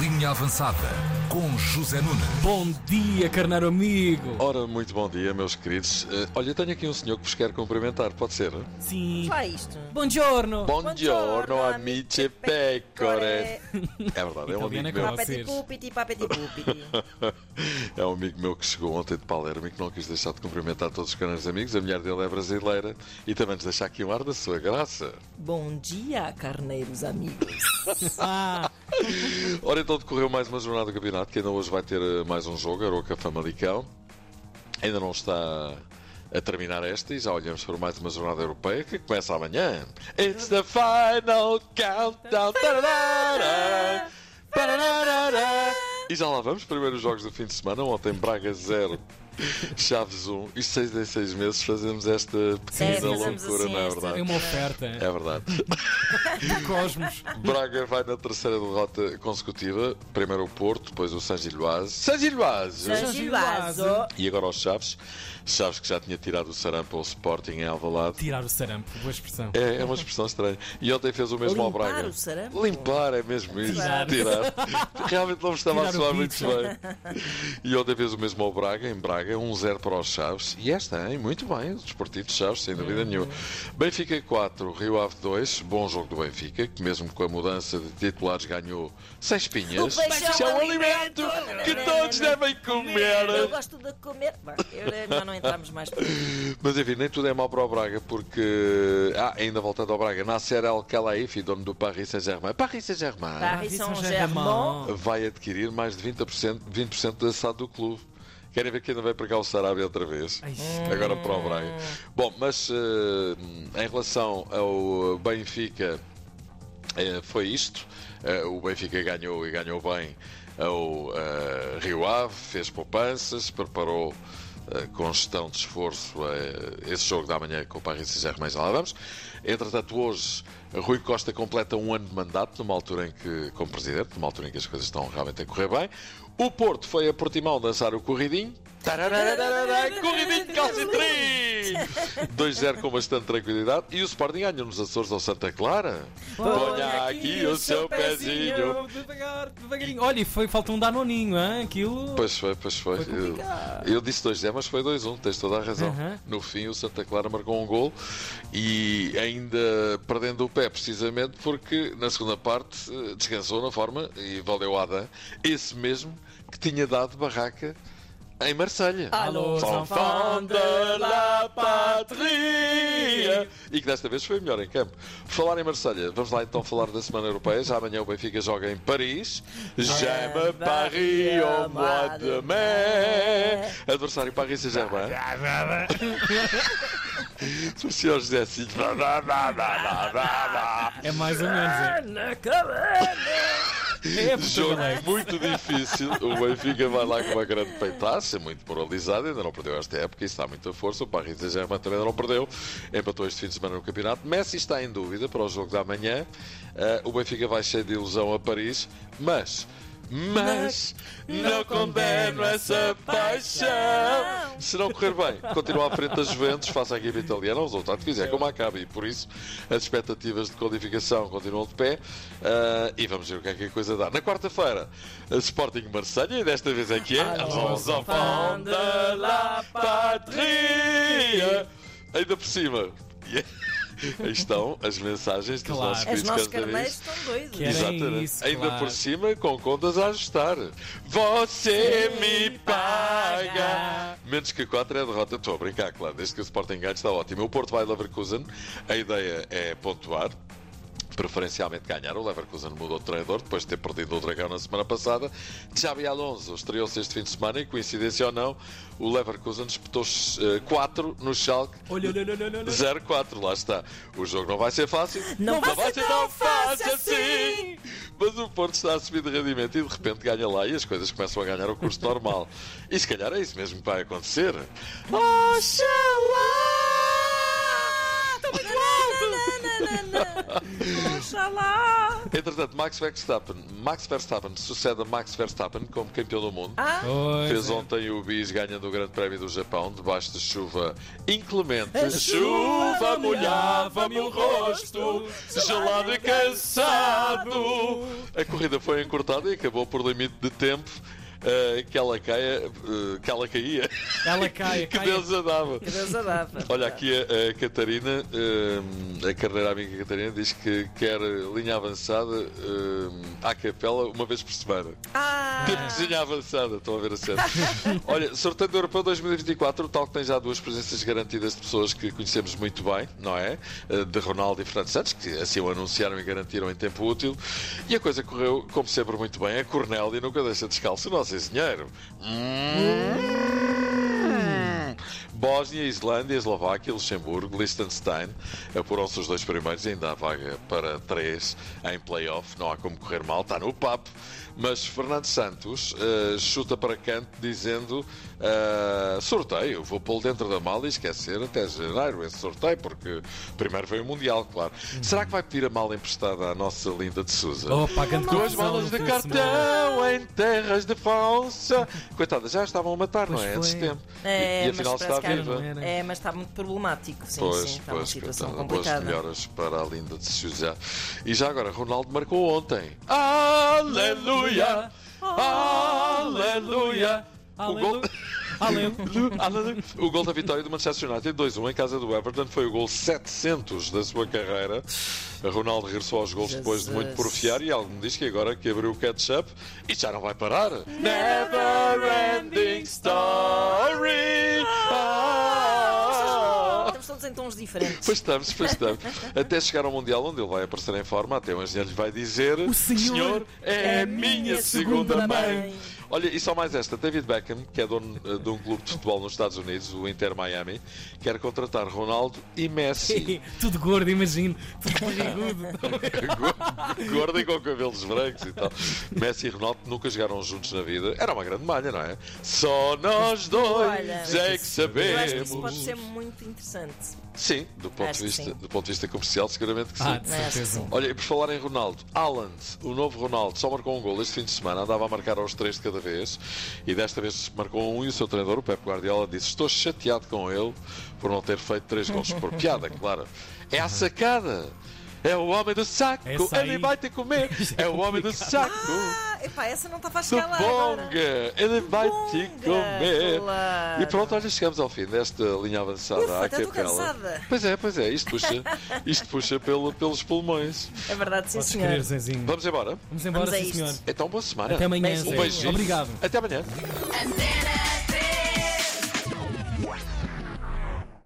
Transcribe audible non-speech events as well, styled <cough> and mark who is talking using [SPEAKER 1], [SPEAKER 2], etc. [SPEAKER 1] Linha Avançada com José Nunes.
[SPEAKER 2] Bom dia, carneiro amigo!
[SPEAKER 3] Ora, muito bom dia, meus queridos. Eh, olha, eu tenho aqui um senhor que vos quero cumprimentar, pode ser?
[SPEAKER 2] Sim.
[SPEAKER 4] Só isto.
[SPEAKER 2] Buongiorno!
[SPEAKER 3] Buongiorno, amici pecore.
[SPEAKER 4] pecore.
[SPEAKER 3] É verdade, é um
[SPEAKER 2] Italiano é
[SPEAKER 3] amigo
[SPEAKER 2] com
[SPEAKER 3] meu.
[SPEAKER 2] a- Vocês.
[SPEAKER 4] Papeti pupiti,
[SPEAKER 3] <laughs>
[SPEAKER 4] papeti pupiti.
[SPEAKER 3] É um amigo meu que chegou ontem de Palermo e que não quis deixar de cumprimentar todos os canais amigos. A mulher dele é brasileira e também nos deixa aqui um ar da sua graça.
[SPEAKER 4] Bom dia, carneiros amigos.
[SPEAKER 2] Ah,
[SPEAKER 3] Ora, então decorreu mais uma jornada do campeonato, que ainda hoje vai ter eh, mais um jogo, Aroca Famalicão. Ainda não está a terminar esta e já olhamos para mais uma jornada europeia que começa amanhã. It's the final countdown. Tararara, pararara. E já lá vamos, primeiros jogos do fim de semana, ontem Braga
[SPEAKER 4] <laughs>
[SPEAKER 3] 0. Chaves 1 e 6 em 6 meses fazemos esta pequena
[SPEAKER 4] fazemos
[SPEAKER 3] loucura,
[SPEAKER 4] assim
[SPEAKER 3] não é
[SPEAKER 4] esta-
[SPEAKER 3] verdade?
[SPEAKER 2] é uma oferta
[SPEAKER 3] É verdade.
[SPEAKER 2] do cosmos.
[SPEAKER 3] Braga vai na terceira derrota consecutiva. Primeiro o Porto, depois o San Giloase. San Giloase!
[SPEAKER 4] San Gilaso.
[SPEAKER 3] E agora os Chaves. Chaves que já tinha tirado o sarampo ao Sporting em Alvalade.
[SPEAKER 2] Tirar o sarampo, boa expressão.
[SPEAKER 3] É, é uma expressão estranha. E ontem fez o mesmo ao
[SPEAKER 4] Limpar
[SPEAKER 3] Braga.
[SPEAKER 4] o sarampo?
[SPEAKER 3] Limpar, é mesmo isso.
[SPEAKER 2] Tirar.
[SPEAKER 3] Tirar. Realmente não me estava
[SPEAKER 2] Tirar
[SPEAKER 3] a
[SPEAKER 2] o
[SPEAKER 3] soar muito
[SPEAKER 2] bicho.
[SPEAKER 3] bem. E ontem fez o mesmo ao Braga, em Braga, 1-0 para os Chaves. E esta, hein? Muito bem, os desportivos de Chaves, sem
[SPEAKER 4] É.
[SPEAKER 3] dúvida nenhuma. Benfica 4, Rio Ave 2, bom jogo do Benfica, que mesmo com a mudança de titulares ganhou sem espinhas.
[SPEAKER 4] O peixe é um
[SPEAKER 3] Isso
[SPEAKER 4] alimento
[SPEAKER 3] que todos devem comer.
[SPEAKER 4] Eu gosto de comer. Bom, eu- eh, nós não entramos mais por aí.
[SPEAKER 3] Mas enfim, nem tudo é mau para o Braga, porque. Ah, ainda voltando ao Braga, Nasser El Khelaif, dono do Paris Saint-Germain. Paris Saint-Germain.
[SPEAKER 2] Tá.
[SPEAKER 4] Paris
[SPEAKER 2] é
[SPEAKER 4] Saint-Germain.
[SPEAKER 3] vai adquirir mais de 20%, 20 da SAD do clube. Querem ver que ainda vai pagar o Sarabia outra vez?
[SPEAKER 2] Ai,
[SPEAKER 3] Agora para o Braga. Bom, mas eh, em relação ao Benfica, eh, foi isto. Eh, o Benfica ganhou e ganhou bem ao eh, Rio Ave, fez poupanças, preparou eh, com gestão de esforço eh, esse jogo da manhã com o Paris Saint-Germain, já lá vamos. Entretanto, hoje Rui Costa completa um ano de mandato, numa altura em que, como presidente, numa altura em que as coisas estão realmente a correr bem. O Porto foi a Portimão dançar o corridinho. Tarararararará, corridinho de calcitrim! 2-0 com bastante tranquilidade. E o Sporting ganha nos Açores ao Santa Clara. Olha aqui o seu pezinho.
[SPEAKER 2] Devagar, devagarinho. Olha, e foi, falta um danoninho, hein? aquilo.
[SPEAKER 3] Pois foi, pois foi. Eu, eu disse 2-0, mas foi 2-1, tens toda a razão.
[SPEAKER 2] Aham.
[SPEAKER 3] No fim, o Santa Clara marcou um gol e ainda perdendo o pé, precisamente porque na segunda parte eh, descansou na forma e valeu a Adam, esse mesmo que tinha dado barraca em Marselha.
[SPEAKER 2] Alô,
[SPEAKER 3] Enfant de la patria! E que desta vez foi melhor em campo. Falar em Marselha, vamos lá então falar da Semana Europeia. Já amanhã o Benfica joga em Paris. J'aime Paris au mois de mai. Adversário Paris Saint-Germain. <laughs> O senhor José Cid. <laughs>
[SPEAKER 2] É mais ou menos. É,
[SPEAKER 4] Na cabana.
[SPEAKER 2] é
[SPEAKER 3] Jogo
[SPEAKER 2] português.
[SPEAKER 3] muito difícil. O Benfica vai lá com uma grande peitaça, muito moralizado. Ainda não perdeu esta época e está muito a força. O Paris Saint-Germain também ainda não perdeu. Empatou este fim de semana no campeonato. Messi está em dúvida para o jogo da manhã. Ah, o Benfica vai cheio de ilusão a Paris, mas. Mas não condeno essa paixão. Se não correr bem, continua à frente das Juventus, faça a equipe italiana o resultado que quiser, como acaba. E por isso as expectativas de qualificação continuam de pé. Ah, e vamos ver o que é que a coisa dá. Na quarta-feira, Sporting Marselha e desta vez é que é. Aos enfants de la patria. Ainda por cima. <laughs> Aí estão as mensagens dos
[SPEAKER 2] Claro.
[SPEAKER 3] nossos
[SPEAKER 2] Os
[SPEAKER 4] Os
[SPEAKER 3] queridos
[SPEAKER 4] nossos
[SPEAKER 3] cantarinhos.
[SPEAKER 4] carneiros estão doidos.
[SPEAKER 3] é
[SPEAKER 2] Que Era
[SPEAKER 3] Exatamente.
[SPEAKER 2] isso,
[SPEAKER 3] Ainda
[SPEAKER 2] claro.
[SPEAKER 3] por cima, com contas a ajustar. Você me paga. Menos que 4 é a derrota. Estou a brincar, claro. Desde que o Sporting ganhe está ótimo. O Porto vai Leverkusen. A ideia é pontuar. Preferencialmente ganhar. O Leverkusen mudou de treinador depois de ter perdido o Dragão na semana passada. Xabi Alonso estreou-se este fim de semana e, coincidência ou não, o Leverkusen espetou 4 no Schalke
[SPEAKER 2] Olha, olha, olha, olha, olha.
[SPEAKER 3] 0-4, lá está. O jogo não vai ser fácil.
[SPEAKER 4] Não vai ser tão fácil assim.
[SPEAKER 3] Mas o Porto está a subir de rendimento e de repente ganha lá e as coisas começam a ganhar o
[SPEAKER 4] <laughs>
[SPEAKER 3] curso normal. E se calhar é isso mesmo que vai acontecer. Oxalá!
[SPEAKER 4] Está muito alto. Oxalá.
[SPEAKER 3] Entretanto, Max Verstappen, Max Verstappen sucede a Max Verstappen como campeão do mundo.
[SPEAKER 4] Ah,
[SPEAKER 2] Pois
[SPEAKER 3] Fez um-
[SPEAKER 2] é.
[SPEAKER 3] ontem o Bis ganhando o Grande Prémio do Japão, debaixo de chuva inclemente.
[SPEAKER 2] A
[SPEAKER 3] chuva
[SPEAKER 2] chuva
[SPEAKER 3] molhava-me
[SPEAKER 2] molhava-me
[SPEAKER 3] o
[SPEAKER 2] o
[SPEAKER 3] rosto, gelado e cansado. A corrida foi encurtada e acabou por limite de tempo. eh, que ela caia, eh, que ela caía, <laughs>
[SPEAKER 2] Ela cai,
[SPEAKER 3] que
[SPEAKER 2] cai.
[SPEAKER 3] Deus a dava.
[SPEAKER 4] que Deus a dava.
[SPEAKER 3] Olha, aqui a, a Catarina, hum, a carreira amiga Catarina, diz que quer linha avançada hum, à capela uma vez por semana.
[SPEAKER 4] Ah,
[SPEAKER 3] Tipo de linha avançada, estão a ver a sério. Olha, sorteio do Europeu 2024, o tal que tem já duas presenças garantidas de pessoas que conhecemos muito bem, não é? Eh, De Ronaldo e Fernando Santos, que assim o anunciaram e garantiram em tempo útil. E a coisa correu, como sempre, muito bem. A Cornélia nunca deixa descalço o nosso engenheiro. Hum. Bósnia, Islândia, Eslováquia, Luxemburgo, Liechtenstein apuram-se os dois primeiros, ainda há vaga para três em playoff, não há como correr mal, está no papo. Mas Fernando Santos eh, chuta para canto dizendo eh, sorteio, vou pô-lo dentro da mala e esquecer até janeiro esse sorteio, porque primeiro foi o Mundial, claro. Será que vai pedir a mala emprestada à nossa linda de Souza?
[SPEAKER 2] Opa, grande
[SPEAKER 3] Duas
[SPEAKER 2] confusão
[SPEAKER 3] malas
[SPEAKER 2] no
[SPEAKER 3] de
[SPEAKER 2] fim semana.
[SPEAKER 3] cartão em terras de França. Coitada, já a estavam a matar, não
[SPEAKER 2] Pois
[SPEAKER 3] é? Antes de
[SPEAKER 2] foi.
[SPEAKER 3] tempo.
[SPEAKER 4] É,
[SPEAKER 3] e, e
[SPEAKER 4] mas
[SPEAKER 3] afinal está
[SPEAKER 4] parece que há-
[SPEAKER 3] viva.
[SPEAKER 2] não era.
[SPEAKER 4] é, mas está muito problemático. Sim,
[SPEAKER 3] Pois,
[SPEAKER 4] sim, está uma
[SPEAKER 3] pois,
[SPEAKER 4] situação
[SPEAKER 3] coitada. Boas
[SPEAKER 4] complicada.
[SPEAKER 3] melhoras para a linda de Suzá. E já agora, Ronaldo marcou ontem. Aleluia! Aleluia! O gol-
[SPEAKER 2] Aleluia.
[SPEAKER 3] Ah,
[SPEAKER 2] Aleluia.
[SPEAKER 3] O gol da vitória do Manchester United 2-1 em casa do Everton foi o gol 700 da sua carreira. Ronaldo regressou aos gols depois de muito
[SPEAKER 4] Jesus.
[SPEAKER 3] porfiar e algo me diz que agora que abriu o ketchup e já não vai parar. Never ending story. Ah.
[SPEAKER 4] Estamos todos em tons diferentes.
[SPEAKER 3] Pois estamos, pois estamos. Até chegar ao Mundial, onde ele vai aparecer em forma, até o engenheiro lhe vai dizer:
[SPEAKER 2] O senhor
[SPEAKER 3] é, a minha
[SPEAKER 4] minha
[SPEAKER 3] segunda,
[SPEAKER 4] segunda
[SPEAKER 3] mãe.
[SPEAKER 4] mãe.
[SPEAKER 3] Olha, e só mais esta: David Beckham, que é dono eh, de um clube de futebol nos Estados Unidos, o Inter Miami, quer contratar Ronaldo e
[SPEAKER 4] <laughs>
[SPEAKER 3] Messi. <laughs>
[SPEAKER 2] Tudo gordo, imagino. Tudo barrigudo.
[SPEAKER 3] Gordo- Gordo e com cabelos brancos e tal. Messi e Ronaldo nunca jogaram juntos na vida. Era uma grande malha, não é? Só nós dois
[SPEAKER 4] Olha,
[SPEAKER 3] é que
[SPEAKER 4] Eu acho que isso pode
[SPEAKER 3] sabemos.
[SPEAKER 4] ser muito interessante.
[SPEAKER 3] Sim, do ponto,
[SPEAKER 4] Acho
[SPEAKER 3] de
[SPEAKER 4] que
[SPEAKER 3] vista,
[SPEAKER 4] sim.
[SPEAKER 3] do ponto de vista comercial, seguramente que
[SPEAKER 2] Ah,
[SPEAKER 3] sim.
[SPEAKER 2] de
[SPEAKER 4] Não é assim.
[SPEAKER 2] certeza.
[SPEAKER 3] Olha, e por falar em Ronaldo, Haaland, o novo Ronaldo, só marcou um gol este fim de semana, andava a marcar aos três de cada vez e desta vez marcou um e o seu treinador, o Pep Guardiola, disse: Estou chateado com ele por não ter feito três gols
[SPEAKER 4] <laughs>
[SPEAKER 3] por piada, claro. É a sacada! É o homem do saco!
[SPEAKER 2] Essa aí.
[SPEAKER 3] Ele vai te
[SPEAKER 4] <laughs>
[SPEAKER 3] comer! É o homem do saco!
[SPEAKER 4] Ah, epá, essa não estava a chegar lá agora.
[SPEAKER 3] Suponga! Ele vai te
[SPEAKER 4] Suponga,
[SPEAKER 3] comer!
[SPEAKER 4] claro.
[SPEAKER 3] E pronto, olha, chegamos ao fim desta linha avançada
[SPEAKER 4] Ufa,
[SPEAKER 3] à
[SPEAKER 4] até estou
[SPEAKER 3] capela.
[SPEAKER 4] cansada.
[SPEAKER 3] Pois é, pois é, isto puxa, isto puxa pelo, pelos pulmões.
[SPEAKER 4] É verdade, sim,
[SPEAKER 2] Podes
[SPEAKER 4] senhor.
[SPEAKER 2] crer, Zezinho.
[SPEAKER 3] Vamos embora?
[SPEAKER 2] Vamos embora,
[SPEAKER 4] Vamos a
[SPEAKER 2] sim,
[SPEAKER 4] isto.
[SPEAKER 2] senhor.
[SPEAKER 3] Então, boa semana.
[SPEAKER 2] Até amanhã,
[SPEAKER 4] Beijinhos.
[SPEAKER 3] Um
[SPEAKER 2] Zé.
[SPEAKER 3] beijinho.
[SPEAKER 2] Obrigado.
[SPEAKER 3] Até amanhã.
[SPEAKER 5] Antena